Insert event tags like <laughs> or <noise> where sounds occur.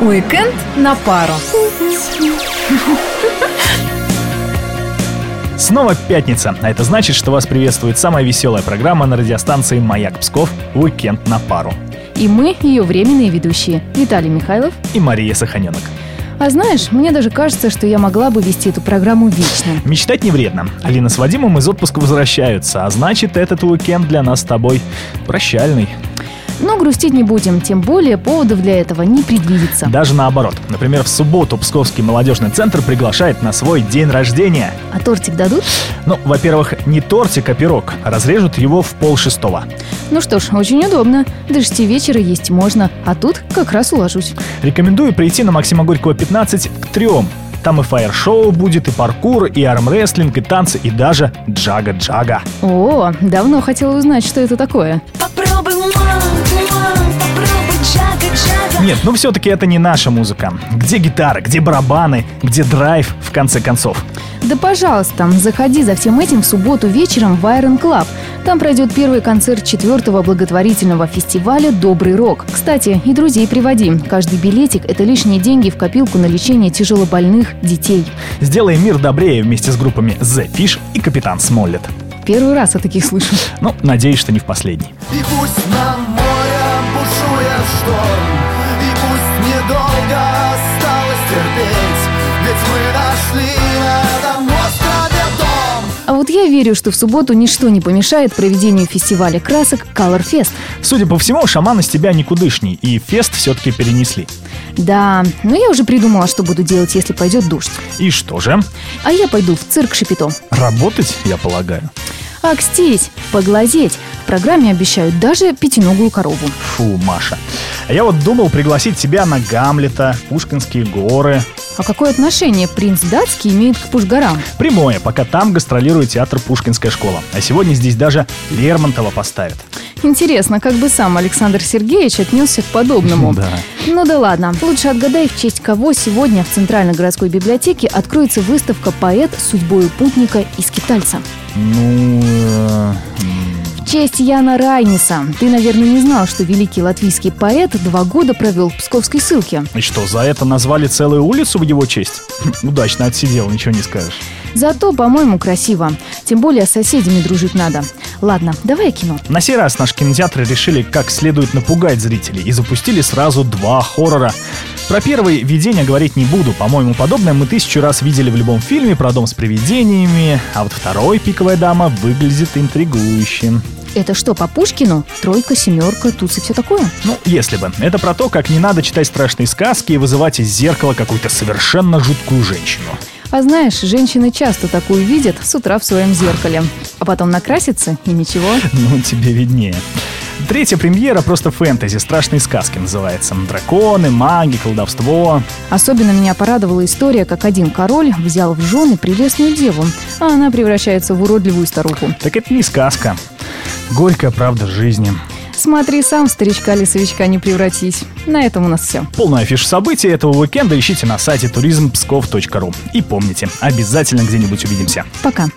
Уикенд на пару. Снова пятница, а это значит, что вас приветствует самая веселая программа на радиостанции «Маяк Псков» «Уикенд на пару» И мы ее временные ведущие. Виталий Михайлов. и Мария Саханенок. А знаешь, мне даже кажется, что я могла бы вести эту программу вечно. Мечтать не вредно. Алина с Вадимом из отпуска возвращаются, а значит, этот уикенд для нас с тобой прощальный. Но грустить не будем, тем более поводов для этого не предвидится. Даже наоборот. Например, в субботу Псковский молодежный центр приглашает на свой день рождения. А тортик дадут? Ну, во-первых, не тортик, а пирог. Разрежут его в пол шестого. Ну что ж, очень удобно. До шести вечера есть можно, а тут как раз уложусь. Рекомендую прийти на Максима Горького 15 к трем. Там и фаер-шоу будет, и паркур, и армрестлинг, и танцы, и даже джага-джага. О, давно хотела узнать, что это такое. Попробуй, мам, мам, попробуй, джага, джага. Нет, ну все-таки это не наша музыка. Где гитара, где барабаны, где драйв, в конце концов. Да пожалуйста, заходи за всем этим в субботу вечером в Iron Club. Там пройдет первый концерт четвертого благотворительного фестиваля «Добрый рок». Кстати, и друзей приводи. Каждый билетик – это лишние деньги в копилку на лечение тяжелобольных детей. Сделай мир добрее вместе с группами The Fish и Капитан Смоллет. Первый раз о таких слышу. Ну, надеюсь, что не в последний. И пусть на море бушует шторм И пусть недолго осталось терпеть Ведь мы нашли на этом острове дом А вот я верю, что в субботу ничто не помешает проведению фестиваля красок Color Fest. Судя по всему, шаман из тебя никудышний, и фест все-таки перенесли. Да, но я уже придумала, что буду делать, если пойдет дождь. И что же? А я пойду в цирк Шапито. Работать, я полагаю. Акстись, поглазеть. В программе обещают даже пятиногую корову. Фу, Маша. А я вот думал пригласить тебя на Гамлета, Пушкинские горы. А какое отношение принц датский имеет к Пушгарам? Прямое, пока там гастролирует театр Пушкинская школа. А сегодня здесь даже Лермонтова поставят. Интересно, как бы сам Александр Сергеевич отнесся к подобному? Да. Ну да ладно. Лучше отгадай, в честь кого сегодня в Центральной городской библиотеке откроется выставка «Поэт с судьбою путника и скитальца». Ну... э, м, В честь Яна Райниса. Ты, наверное, не знал, что великий латвийский поэт два года провел в псковской ссылке. И что, за это назвали целую улицу в его честь? <laughs> Хм, Удачно отсидел, ничего не скажешь. Зато, по-моему, красиво. Тем более с соседями дружить надо. Ладно, давай о кино. На сей раз наши кинотеатры решили как следует напугать зрителей и запустили сразу два хоррора. Про первый «Видение» говорить не буду. По-моему, подобное мы тысячу раз видели в любом фильме про дом с привидениями. А вот второй «Пиковая дама» выглядит интригующим. Это что, по Пушкину? Тройка, семерка, туз и все такое? Ну, если бы. Это про то, как не надо читать страшные сказки и вызывать из зеркала какую-то совершенно жуткую женщину. <laughs> А знаешь, женщины часто такую видят с утра в своем зеркале. А потом накрасятся и ничего. Ну, тебе виднее. Третья премьера просто фэнтези, страшные сказки называется. Драконы, маги, колдовство. Особенно меня порадовала история, как один король взял в жены прелестную деву, а она превращается в уродливую старуху. Так это не сказка. Горькая правда жизни. Смотри сам, в старичка-лесовичка, не превратись. На этом у нас все. Полную афишу событий этого уикенда ищите на сайте туризмпсков.ру. И помните, обязательно где-нибудь увидимся. Пока.